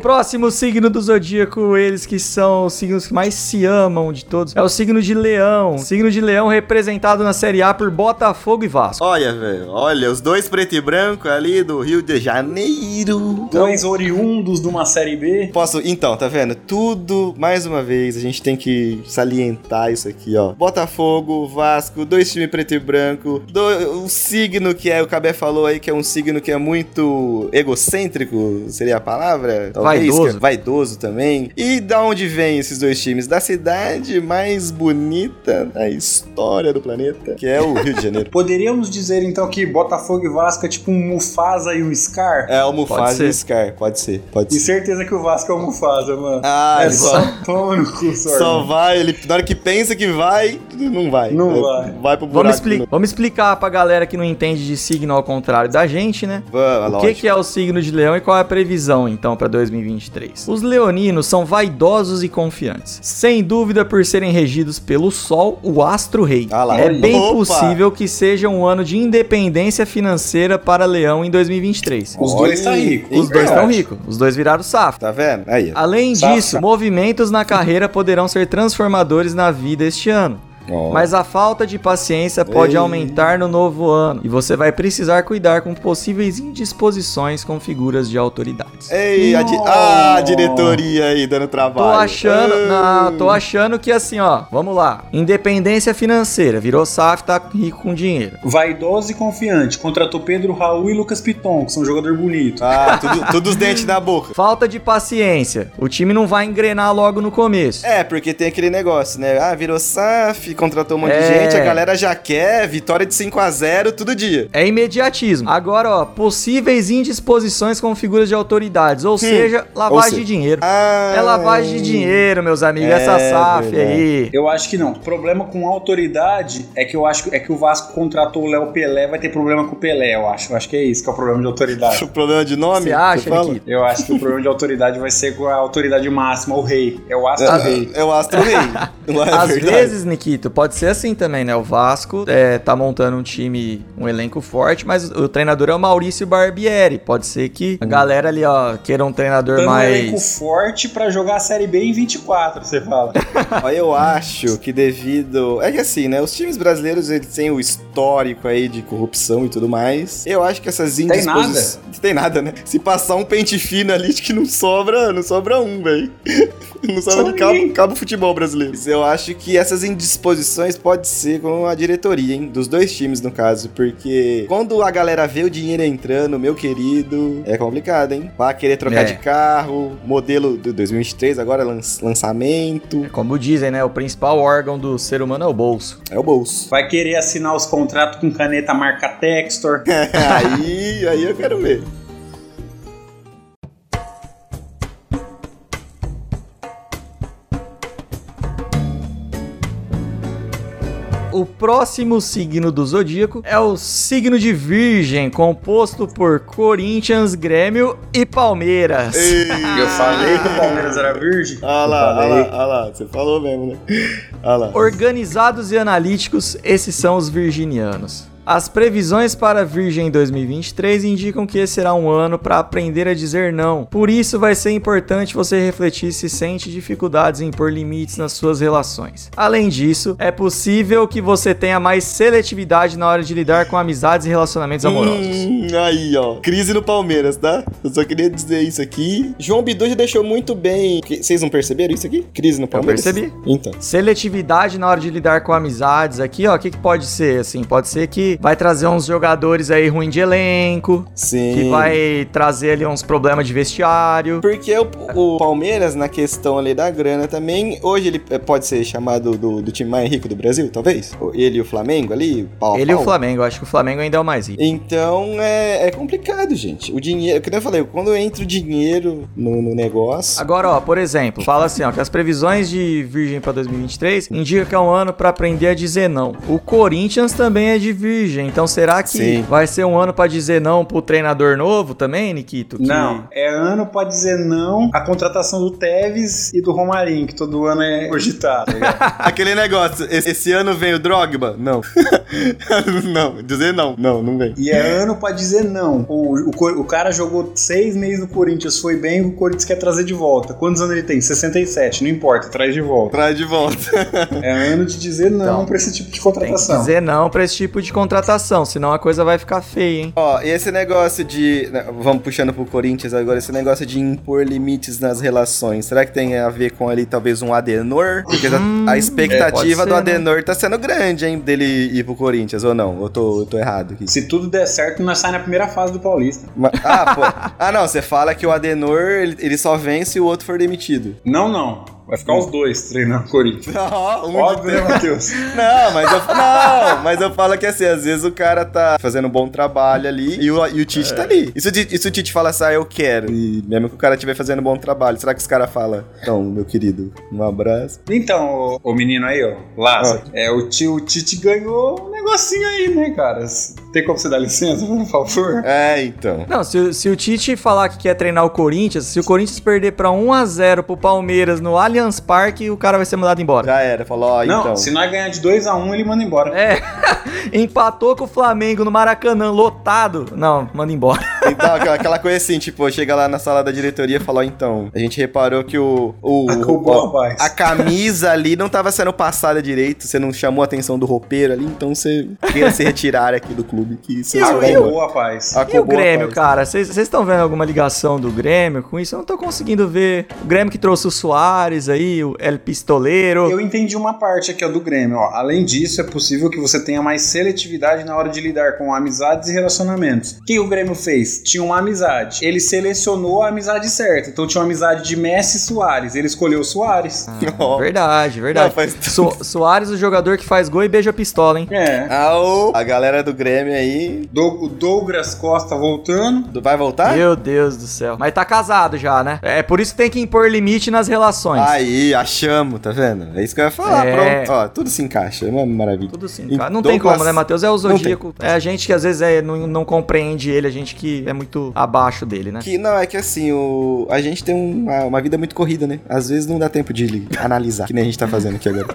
Próximo signo do zodíaco, eles que são os signos que mais se amam de todos, é o signo de Leão. Signo de Leão representado na Série A por Botafogo e Vasco. Olha, velho, olha, os dois preto e branco ali do Rio de Janeiro. Dois oriundos de uma série B. Posso, então, tá vendo? Tudo, mais uma vez, a gente tem que salientar isso aqui, ó. Botafogo, Vasco, dois times preto e branco, do, o signo que é, o Cabé falou aí, que é um signo que é muito egocêntrico, seria a palavra? Vaidoso. que é Vaidoso também. E da onde vem esses dois times? Da cidade mais bonita da história do planeta, que é o Rio de Janeiro. Poderíamos dizer então que Botafogo e Vasco é tipo um Mufasa e um Scar? É o Mufasa e ser. o Scar, pode ser, pode E ser. certeza que o Vasco é o Mufasa, mano. Ah, é ele só toma no cu, sorte. Só vai, ele, na hora que pensa que vai, não vai. Não É, vai. Vai pro buraco. Vamos, expli- vamos explicar pra galera que não entende de signo ao contrário da gente, né? Vamos, O Tá lógico. que, que é o signo de leão e qual é a previsão, então, pra 2023? Os leoninos são vaidosos e confiantes. Sem dúvida, por serem regidos pelo Sol, o astro rei. Ah lá. é bem Opa! possível que seja um ano de independência financeira para leão em 2023. Os dois tá rico. Os dois estão ricos, os dois viraram safra. Tá vendo? Aí. ó. Além Safra. disso, movimentos na carreira poderão ser transformadores na vida este ano. Ó. Mas a falta de paciência pode Ei. aumentar no novo ano e você vai precisar cuidar com possíveis indisposições com figuras de autoridades. Ei, a, di- Não. ah, a diretoria aí dando trabalho. Tô achando, Ah. na- tô achando que assim, ó, vamos lá. Independência financeira, virou SAF, tá rico com dinheiro. Vaidoso e confiante. Contratou Pedro Raul e Lucas Piton, que são jogador bonito. Ah, tudo, tudo os dentes na boca. Falta de paciência, o time não vai engrenar logo no começo. É, porque tem aquele negócio, né? Ah, virou SAF, contratou um monte de É. gente, a galera já quer, vitória de 5x0 todo dia. É imediatismo. Agora, ó, possíveis indisposições com figuras de autoridades, ou seja, lavagem Hum. seja. de dinheiro. Ah, É lavagem de dinheiro, meus amigos, É essa SAF verdade. aí. Eu acho que não. O problema com autoridade é que eu acho que- é que o Vasco contratou o Léo Pelé, vai ter problema com o Pelé, eu acho. Eu acho que é isso que é o problema de autoridade. O problema de nome? Você acha, fala? Nikita? Eu acho que o problema de autoridade vai ser com a autoridade máxima, o rei. É o astro rei. É o Astro Rei. Não é Às verdade? vezes, Nikito, pode ser assim também, né? O Vasco é, tá montando um time, um elenco forte, mas o treinador é o Maurício Barbieri. Pode ser que a galera ali, ó, queira um treinador Dando um elenco mais. forte pra jogar a Série B em 24, você fala. Ó, eu acho que devido. É que assim, né? Os times brasileiros eles têm o histórico aí de corrupção e tudo mais. Eu acho que essas indisposições. Tem nada, né? Se passar um pente fino ali, acho que não sobra, não sobra um, velho. Não sobra Sobra um cabo, ninguém. cabo futebol brasileiro. Mas Eu acho que essas indisposições pode ser com a diretoria, hein? Dos dois times, no caso. Porque quando a galera vê o dinheiro entrando, meu querido, é complicado, hein? Vai querer trocar É. de carro, modelo de 2023 agora, lan- lançamento. Como dizem, né? O principal órgão do ser humano é o bolso. É o bolso. Vai querer assinar os contratos com caneta marca Textor. aí, aí eu quero ver. O próximo signo do zodíaco é o signo de Virgem, composto por Corinthians, Grêmio e Palmeiras. Eu falei Ah que Ah. o Palmeiras era virgem. Olha lá, Eu olha falei. lá, olha lá. Você falou mesmo, né? Olha lá. Organizados e analíticos, esses são os virginianos. As previsões para Virgem em 2023 indicam que esse será um ano para aprender a dizer não. Por isso, vai ser importante você refletir se sente dificuldades em pôr limites nas suas relações. Além disso, é possível que você tenha mais seletividade na hora de lidar com amizades e relacionamentos amorosos. Hum, aí, ó. Crise no Palmeiras, tá? Eu só queria dizer isso aqui. João Bidu já deixou muito bem. Que- Vocês não perceberam isso aqui? Crise no Palmeiras? percebi. Então. Seletividade na hora de lidar com amizades aqui, ó, o que, que pode ser? Assim, pode ser que vai trazer uns jogadores aí ruim de elenco, Sim. que vai trazer ali uns problemas de vestiário. Porque o, o Palmeiras, na questão ali da grana também, hoje ele eh, pode ser chamado do, do time mais rico do Brasil, talvez? O- Ele e o Flamengo ali, pau a Ele e o pau. Flamengo, eu acho que o Flamengo ainda é o mais rico. Então é, é complicado, gente. O dinheiro, que nem eu falei, quando entra o dinheiro no, no negócio. Agora, ó, por exemplo, fala assim, ó, que as previsões de Virgem pra 2023 indicam que é um ano pra aprender a dizer não. O Corinthians também é de Virgem, então será que Sim. vai ser um ano pra dizer não pro treinador novo também, Nikito? Que- Não, é ano pra dizer não à contratação do Tevez e do Romarinho, que todo ano é cogitado. Aquele negócio, esse, esse ano veio o Drogba? Não. não, dizer não. Não, não vem. E é ano pra dizer não. O, o Cor- o cara jogou seis meses no Corinthians, foi bem, o Corinthians quer trazer de volta. Quantos anos ele tem? 67, não importa, traz de volta. Traz de volta. É ano de dizer não Então, pra esse tipo Tem que de contratação. dizer não pra esse tipo de contratação, senão a coisa vai ficar feia, hein? Ó, e esse negócio de. né, Vamos puxando pro Corinthians agora, esse negócio de impor limites nas relações. Será que tem a ver com ali talvez um Adenor? Porque tá- Hum, a é, pode expectativa ser, do né? Adenor tá sendo grande, hein? Dele ir pro Corinthians, ou não? Eu tô, eu tô errado aqui. Se tudo der certo, nós sai na primeira fase do Paulista. Ma- Ah, pô. Ah, não, você fala que o Adenor ele, ele só vem se o outro for demitido. Não, não. Vai ficar os dois treinando o Corinthians. Não, Óbvio, né, Matheus? Não, mas eu, não, mas eu falo que assim, às vezes o cara tá fazendo um bom trabalho ali e o, e o Tite É. tá ali. E se, o Tite- e se o Tite fala assim, ah, eu quero, e mesmo que o cara estiver fazendo um bom trabalho, será que os caras falam, então, meu querido, um abraço? Então, o, menino aí, ó, Lázaro, é, o, tio, o Tite ganhou um negocinho aí, né, cara? Tem como você dar licença, por favor? É, então. Não, se, o- se o Tite falar que quer treinar o Corinthians, se o Corinthians perder pra 1x0 pro Palmeiras no Allianz Parque, o cara vai ser mandado embora. Já era, falou, ó, não, então. se nós ganhar de 2 a 1 um, ele manda embora. É, empatou com o Flamengo no Maracanã, lotado. Não, manda embora. Então, aquela, aquela coisa assim, tipo, chega lá na sala da diretoria e fala, ó, então, a gente reparou que o... o Acabou, ó, rapaz. A camisa ali não tava sendo passada direito, você não chamou a atenção do roupeiro ali, então você queria se retirar aqui do clube. Que é você vai embora. Acabou, rapaz. E o Acabou, Grêmio, Tá rapaz. cara? Vocês estão vendo alguma ligação do Grêmio com isso? Eu não tô conseguindo ver. O Grêmio que trouxe o Soares aí, o El Pistoleiro. Eu entendi uma parte aqui ó, do Grêmio. Ó. Além disso, é possível que você tenha mais seletividade na hora de lidar com amizades e relacionamentos. O que o Grêmio fez? Tinha uma amizade. Ele selecionou a amizade certa. Então tinha uma amizade de Messi e Soares. Ele escolheu o Soares. Ó. Verdade, verdade. Não, faz- So- Soares, o jogador que faz gol e beija a pistola, hein? É. Au. A galera do Grêmio aí. Dou- o Douglas Costa voltando. do- Vai voltar? Meu Deus do céu. Mas tá casado já, né? É por isso que tem que impor limite nas relações. Aí, achamos, tá vendo? É isso que eu ia falar. É. Pronto. Ó, tudo se encaixa. É uma maravilha. Tudo sim, E cara. Não tem Douglas- como, né, Matheus? É o tem. Zodíaco. É a gente que às vezes é, não, não compreende ele, a gente que é muito abaixo dele, né? Que, não, é que assim, o, a gente tem uma, uma vida muito corrida, né? Às vezes não dá tempo de li- analisar, que nem a gente tá fazendo aqui agora.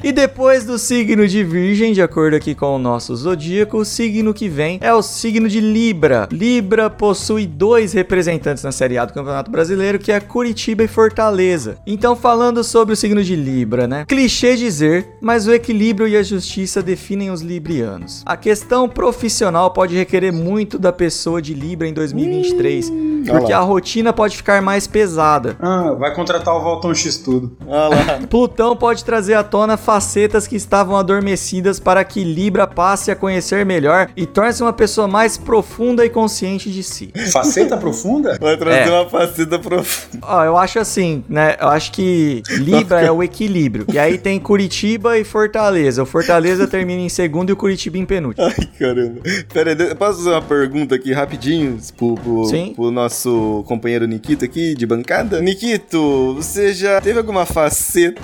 E depois do signo de Virgem, de acordo aqui com o nosso zodíaco, o signo que vem é o signo de Libra. Libra possui dois representantes na Série A do Campeonato Brasileiro, que é Curitiba e Fortaleza. Então, falando sobre o signo de Libra, né? Clichê dizer, mas o equilíbrio e a justiça definem os librianos. A questão profissional pode requerer muito da pessoa de Libra em 2023, porque Hum. olha lá. a rotina pode ficar mais pesada. Ah, vai contratar o Valtão X tudo. Olha lá. Plutão pode trazer à tona facetas que estavam adormecidas para que Libra passe a conhecer melhor e torne-se uma pessoa mais profunda e consciente de si. Faceta profunda? Vai trazer É. uma faceta profunda. Ó, eu acho assim, né? Eu acho que Libra é o equilíbrio. E aí tem Curitiba e Fortaleza. O Fortaleza termina em segundo e o Curitiba em penúltimo. Ai, caramba. Pera aí, de- posso fazer uma pergunta aqui rapidinho pro, pro- Sim. pro nosso companheiro Nikito aqui de bancada? Nikito, você já teve alguma faceta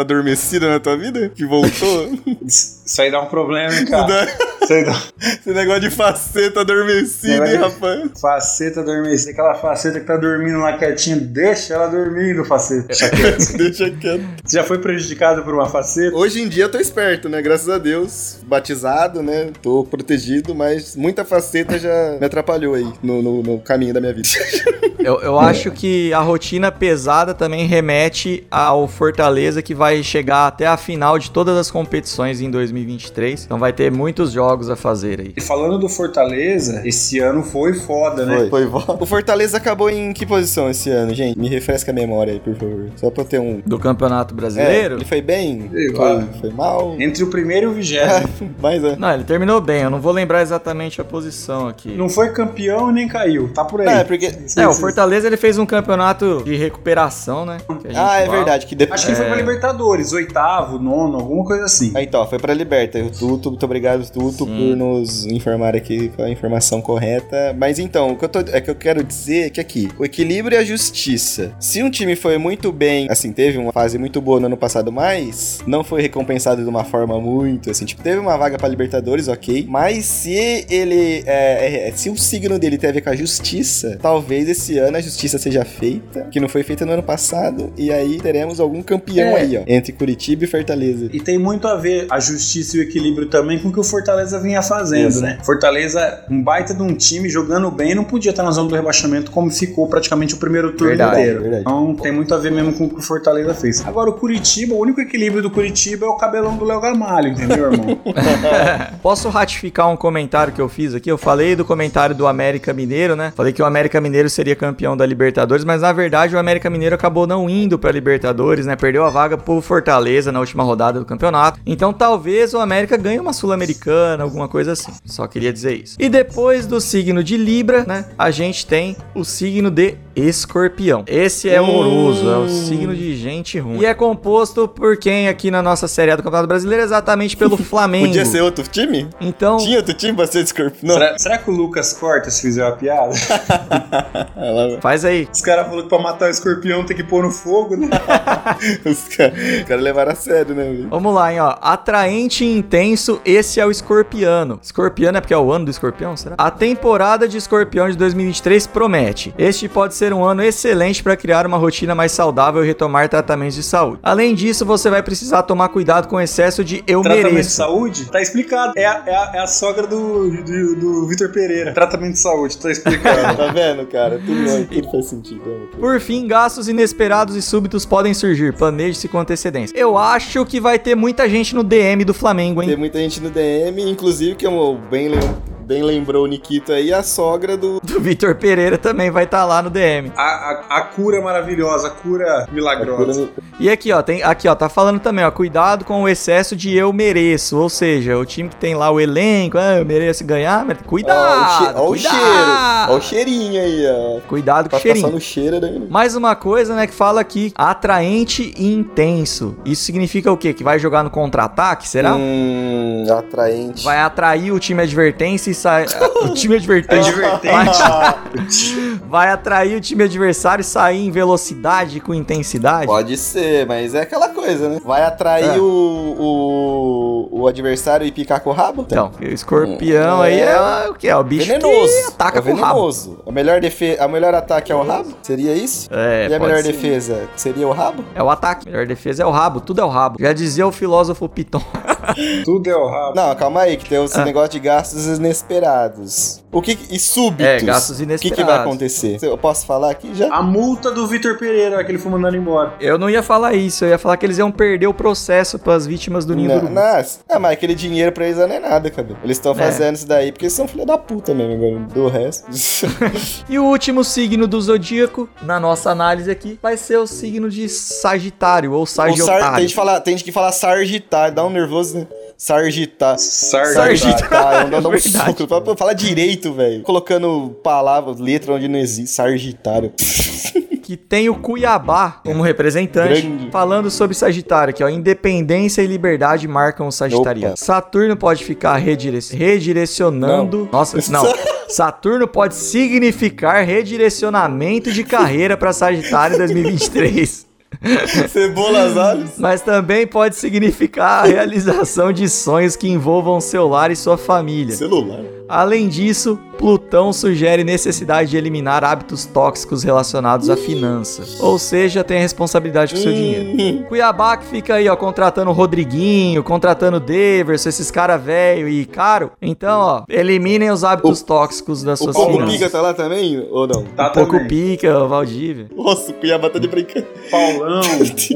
adormecida na tua vida que voltou? Isso aí dá um problema, hein, cara. Isso aí dá... um Esse negócio de faceta adormecida, hein, rapaz? Faceta adormecida, aquela faceta que tá dormindo lá quietinha, deixa ela dormindo, faceta. Deixa quieto. Você já foi prejudicado por uma faceta? Hoje em dia eu tô esperto, né? Graças a Deus. Batizado, né? Tô protegido, mas muita faceta já me atrapalhou aí no, no- no caminho da minha vida. Eu, eu acho que a rotina pesada também remete ao Fortaleza que vai chegar até a final de todas as competições em 2023. Então vai ter muitos jogos a fazer aí. E falando do Fortaleza, esse ano foi foda, né? Foi. Foi vó. O Fortaleza acabou em que posição esse ano, gente? Me refresca a memória aí, por favor. Só pra eu ter um. Do Campeonato É, Brasileiro? ele foi bem? Sei lá. Foi, foi mal? Entre o primeiro e o vigésimo. Mas é. Não, ele terminou bem, eu não vou lembrar exatamente a posição aqui. É. Não foi campeão e nem caiu. Tá por aí. Ah, é porque. É, o Fortaleza ele fez um campeonato de recuperação, né? que a gente Ah, é fala. verdade. Que É. depois. Acho que foi É. pra Libertadores, oitavo, nono, alguma coisa assim. Ah, então, foi pra Liberta. O Tuto, muito obrigado, Sim. Tuto, por nos informar aqui com a informação correta. Mas então, o que eu, tô, é que eu quero dizer é que aqui, o equilíbrio e a justiça. Se um time foi muito bem, assim, teve uma fase muito boa no ano passado, mas não foi recompensado de uma forma muito, assim, tipo, teve uma vaga pra Libertadores, ok. Mas se ele. é, é, se o signo dele teve com a justiça, talvez esse ano a justiça seja feita, que não foi feita no ano passado, e aí teremos algum É. campeão aí, ó, entre Curitiba e Fortaleza. E tem muito a ver a justiça e o equilíbrio também com o que o Fortaleza vinha fazendo, Isso. né? Fortaleza, um baita de um time jogando bem, não podia estar na zona do rebaixamento como ficou praticamente o primeiro turno Verdade, inteiro. verdade. Então tem muito a ver mesmo com o que o Fortaleza fez. Agora o Curitiba, o único equilíbrio do Curitiba é o cabelão do Léo Gamalho, entendeu, irmão? Posso ratificar um comentário que eu fiz aqui? Eu falei do comentário do América Mineiro, né? Falei que o América Mineiro seria campeão da Libertadores, mas na verdade o América Mineiro acabou não indo pra Libertadores, né? Perdeu a vaga pro Fortaleza na última rodada do campeonato. Então talvez o América ganhe uma Sul-Americana, alguma coisa assim. Só queria dizer isso. E depois do signo de Libra, né? A gente tem o signo de Escorpião. Esse é horroroso, Hum. é o signo de gente ruim. E é composto por quem aqui na nossa série A do Campeonato Brasileiro? Exatamente pelo Flamengo. Podia ser outro time? Então, Tinha outro time pra ser escorpião? Não. será, será que o Lucas corta se fizer uma piada? Ela- faz aí. Os caras falaram que pra matar o escorpião tem que pôr no fogo, né? Os caras cara levaram a sério, né? velho? Vamos lá, hein, ó. Atraente e intenso, esse é o escorpiano. Escorpiano é porque é o ano do escorpião, será? A temporada de escorpião de 2023 promete. Este pode ser um ano excelente para criar uma rotina mais saudável e retomar tratamentos de saúde. Além disso, você vai precisar tomar cuidado com o excesso de eu Tratamento de mereço. saúde? Tá explicado. É a, é a- é a sogra do, do, do Vitor Pereira. Tratamento de saúde, tá explicado. Tá vendo, cara? Tudo, tudo faz sentido. né, cara? Por fim, gastos inesperados e súbitos podem surgir. Planeje-se com antecedência. Eu acho que vai ter muita gente no DM do Flamengo, Tem hein? muita gente no DM, inclusive, que eu bem, lem- bem lembrou o Nikito aí, a sogra do. Do Vitor Pereira também vai estar lá no DM. a, a- a cura é maravilhosa, a cura é milagrosa. E aqui, ó, tem, aqui, ó, tá falando também, ó, cuidado com o excesso de eu mereço, ou seja, o time que tem lá o elenco, ah, eu mereço ganhar, mas cuidado, Ó, o, che... ó cuidado, o cheiro. Ó o Tá cheirinho aí, ó. cuidado com o Pra passar cheirinho. no cheiro, né? Mais uma coisa, né, que fala aqui, atraente e intenso, isso significa o quê? Que vai jogar no contra-ataque, será? Hum, atraente. Vai atrair o time advertência e sair... o time advertência. Vai atrair o time adversário e sair em velocidade com intensidade. Pode ser, mas é aquela coisa, né? Vai atrair É. o, o, o adversário e picar com o rabo? Então, o escorpião aí é o que? É o bicho que Hum, venenoso. ataca é com o rabo. venenoso. A melhor defe... a melhor ataque é o rabo? Seria isso? É, e a pode melhor ser. defesa seria o rabo? É o ataque. Melhor defesa é o rabo, tudo é o rabo. Já dizia o filósofo Piton. Tudo é o rabo. Não, calma aí, que tem esse Ah. negócio de gastos inesperados. O que que- e súbitos? É, gastos O que, inesperados. que vai acontecer? Eu posso falar aqui já? A multa do Vitor Pereira, que ele foi mandando embora. Eu não ia falar isso, eu ia falar que eles iam perder o processo pras vítimas do Ninho do Não, Urubu. nas- ah, mas aquele dinheiro pra eles não é nada, cara. Eles estão fazendo isso daí porque eles são filha da puta mesmo. agora, Do resto. E o último signo do zodíaco, na nossa análise aqui, vai ser o signo de Sagitário ou Ou sar... tem, Sagiotário. de falar, tem gente que fala sargitar, dá um nervoso, né? Sargitar. Sargento. Sargita. Sargitar, não dá um Verdade. suco. Fala, fala direito, velho. Colocando palavras, letra onde não existe. Sargitário. que tem o Cuiabá como representante, Grande. falando sobre Sagitário aqui, ó. Independência e liberdade marcam o Sagitariano. Opa. Saturno pode ficar redire- redirecionando. Nossa, não. Saturno pode significar redirecionamento de carreira para Sagitário em 2023. Cebolas alhos. Mas também pode significar a realização de sonhos que envolvam seu lar e sua família. Celular. Além disso, Plutão então sugere necessidade de eliminar hábitos tóxicos relacionados à finança. Ou seja, tem a responsabilidade com o seu dinheiro. Hum. Cuiabá que fica aí, ó, contratando o Rodriguinho, contratando o Deverson, esses cara velho e caro. Então, ó, eliminem os hábitos tóxicos das O suas Paulo finanças. Pica tá lá também ou não? Tá Um Pouco também. pica, o Valdívia. Nossa, o Cuiabá tá de brincadeira. Paulão,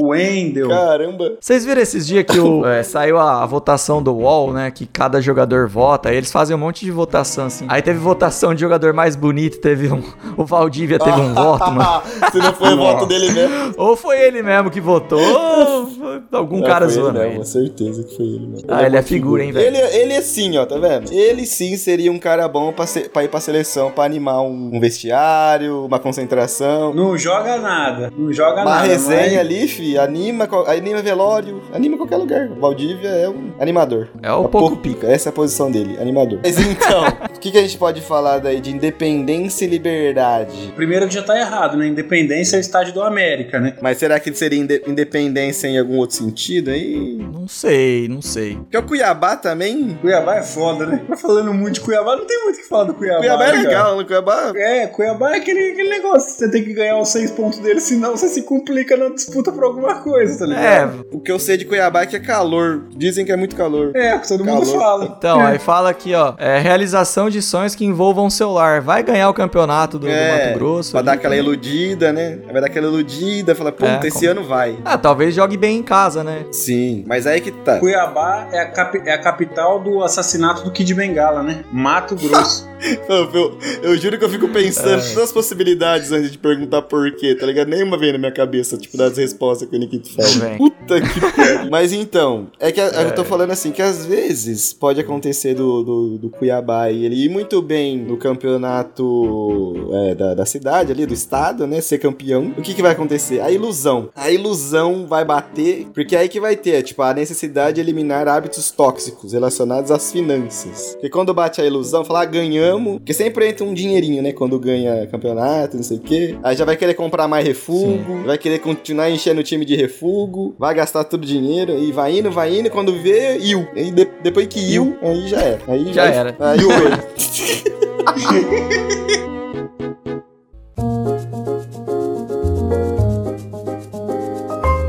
o Wendel. Caramba. Vocês viram esses dias que o- é, saiu a, a votação do UOL, né? Que cada jogador vota. Aí eles fazem um monte de votação, assim. Aí teve votação de jogador mais bonito, teve um. O Valdívia teve um voto, mano. Se não foi o Nossa. voto dele mesmo. Ou foi ele mesmo que votou, ou foi algum Não, Um cara É, foi ele zoando é mesmo, ele. certeza que foi ele mesmo. Ah, ele é figura, hein, velho? Ele, ele é sim, ó, tá vendo? Ele sim seria um cara bom pra, ser- pra ir pra seleção, pra animar um, um vestiário, uma concentração. Não joga nada. Não joga Uma nada. resenha mas- ali, fi, anima, qual- anima velório, anima qualquer lugar. Valdívia é um animador. É o É pouco pica. pica. Essa é a posição dele, animador. Mas então, o que, que a gente pode falar daí de independência e liberdade? Primeiro que já tá errado, né? Independência é o estádio do América, né? Mas será que seria inde- independência em algum outro sentido aí? Não sei, não sei. Porque o Cuiabá também. Cuiabá é foda, né? Tá falando muito de Cuiabá, não tem muito o que falar do Cuiabá. Cuiabá é né, cara? legal, né? Cuiabá. É, Cuiabá é aquele, aquele negócio. Você tem que ganhar os seis pontos dele, senão você se complica na disputa por alguma coisa, tá É, ligado? O que eu sei de Cuiabá é que é calor. Dizem que é muito calor. É, é todo mundo Calor. fala. então, é. aí fala aqui, ó. É realização de sonhos que envolvam o celular. Vai ganhar o campeonato do, do É, Mato Grosso. Pra ali. dar aquela iludida, né? Vai dar aquela iludida, falar, puta, É, esse como- ano vai. Ah, talvez jogue bem em casa, né? Sim, mas aí que tá. Cuiabá é a, capi- é a capital do assassinato do Kid Bengala, né? Mato Grosso. Eu, eu- eu juro que eu fico pensando É. em todas as possibilidades antes de perguntar por quê, tá ligado? Nenhuma vem na minha cabeça, tipo, das respostas que o Nikito Não fala. vem. Puta que pariu. Mas então, é que a- eu tô falando assim, que às vezes pode acontecer do, do, do Cuiabá e ele ir muito bem no campeonato é, da, da cidade ali, do estado, né? Ser campeão. O que que vai acontecer? A ilusão. A ilusão vai bater, porque aí que vai ter, tipo, a necessidade de eliminar hábitos tóxicos relacionados às finanças. Porque quando bate a ilusão, falar ah, ganhamos, porque sempre entra um dinheirinho, né? Quando ganha campeonato, não sei o quê. Aí já vai querer comprar mais refugo, vai querer continuar enchendo o time de refugo, vai gastar todo o dinheiro e vai indo, vai indo. Quando vê, iu. E de- depois que iu, aí já era. Aí Já vai- era. Aí o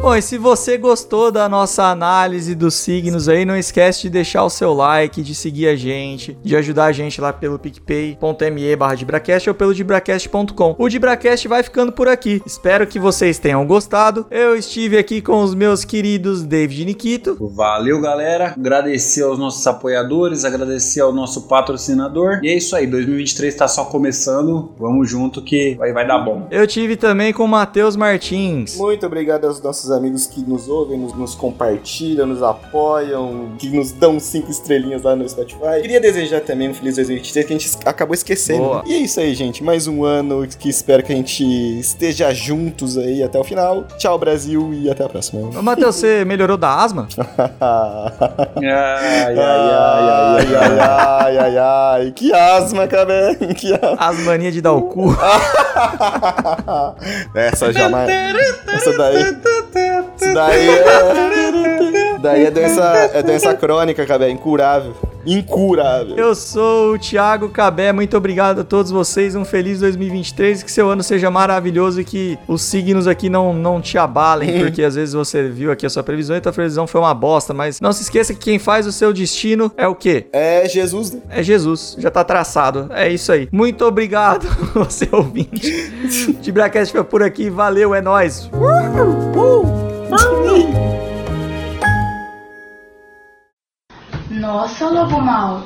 Bom, e se você gostou da nossa análise dos signos aí, não esquece de deixar o seu like, de seguir a gente, de ajudar a gente lá pelo picpay.me barra Dibracast ou pelo dibracast.com. O Dibracast vai ficando por aqui. Espero que vocês tenham gostado. Eu estive aqui com os meus queridos David e Nikito. Valeu, galera. Agradecer aos nossos apoiadores, agradecer ao nosso patrocinador. E é isso aí, 2023 tá só começando. Vamos junto que vai, vai dar bom. Eu tive também com o Matheus Martins. Muito obrigado aos nossos amigos que nos ouvem, nos, nos compartilham, nos apoiam, que nos dão cinco estrelinhas lá no Spotify. Queria desejar também um feliz 2023 que a gente es- acabou esquecendo. Boa. E é isso aí, gente. Mais um ano que espero que a gente esteja juntos aí até o final. Tchau, Brasil, e até a próxima. Ah. Ô, Matheus, você melhorou da asma? Ai, ai, ai, ai, ai, ai, ai, ai. Que asma, cara. Que asma. As manias de dar o cu. Essa jamais. Essa daí. Isso daí é. Daí é doença, é doença crônica, cara. É incurável. Incurável. Eu sou o Thiago Cabé, muito obrigado a todos vocês, um feliz 2023, que seu ano seja maravilhoso e que os signos aqui não, não te abalem, porque às vezes você viu aqui a sua previsão e a tua previsão foi uma bosta, mas não se esqueça que quem faz o seu destino é o quê? É Jesus. né? É Jesus, já tá traçado, é isso aí. Muito obrigado, você ouvinte. De Bracast foi por aqui, valeu, é nóis. Nossa, lobo mal.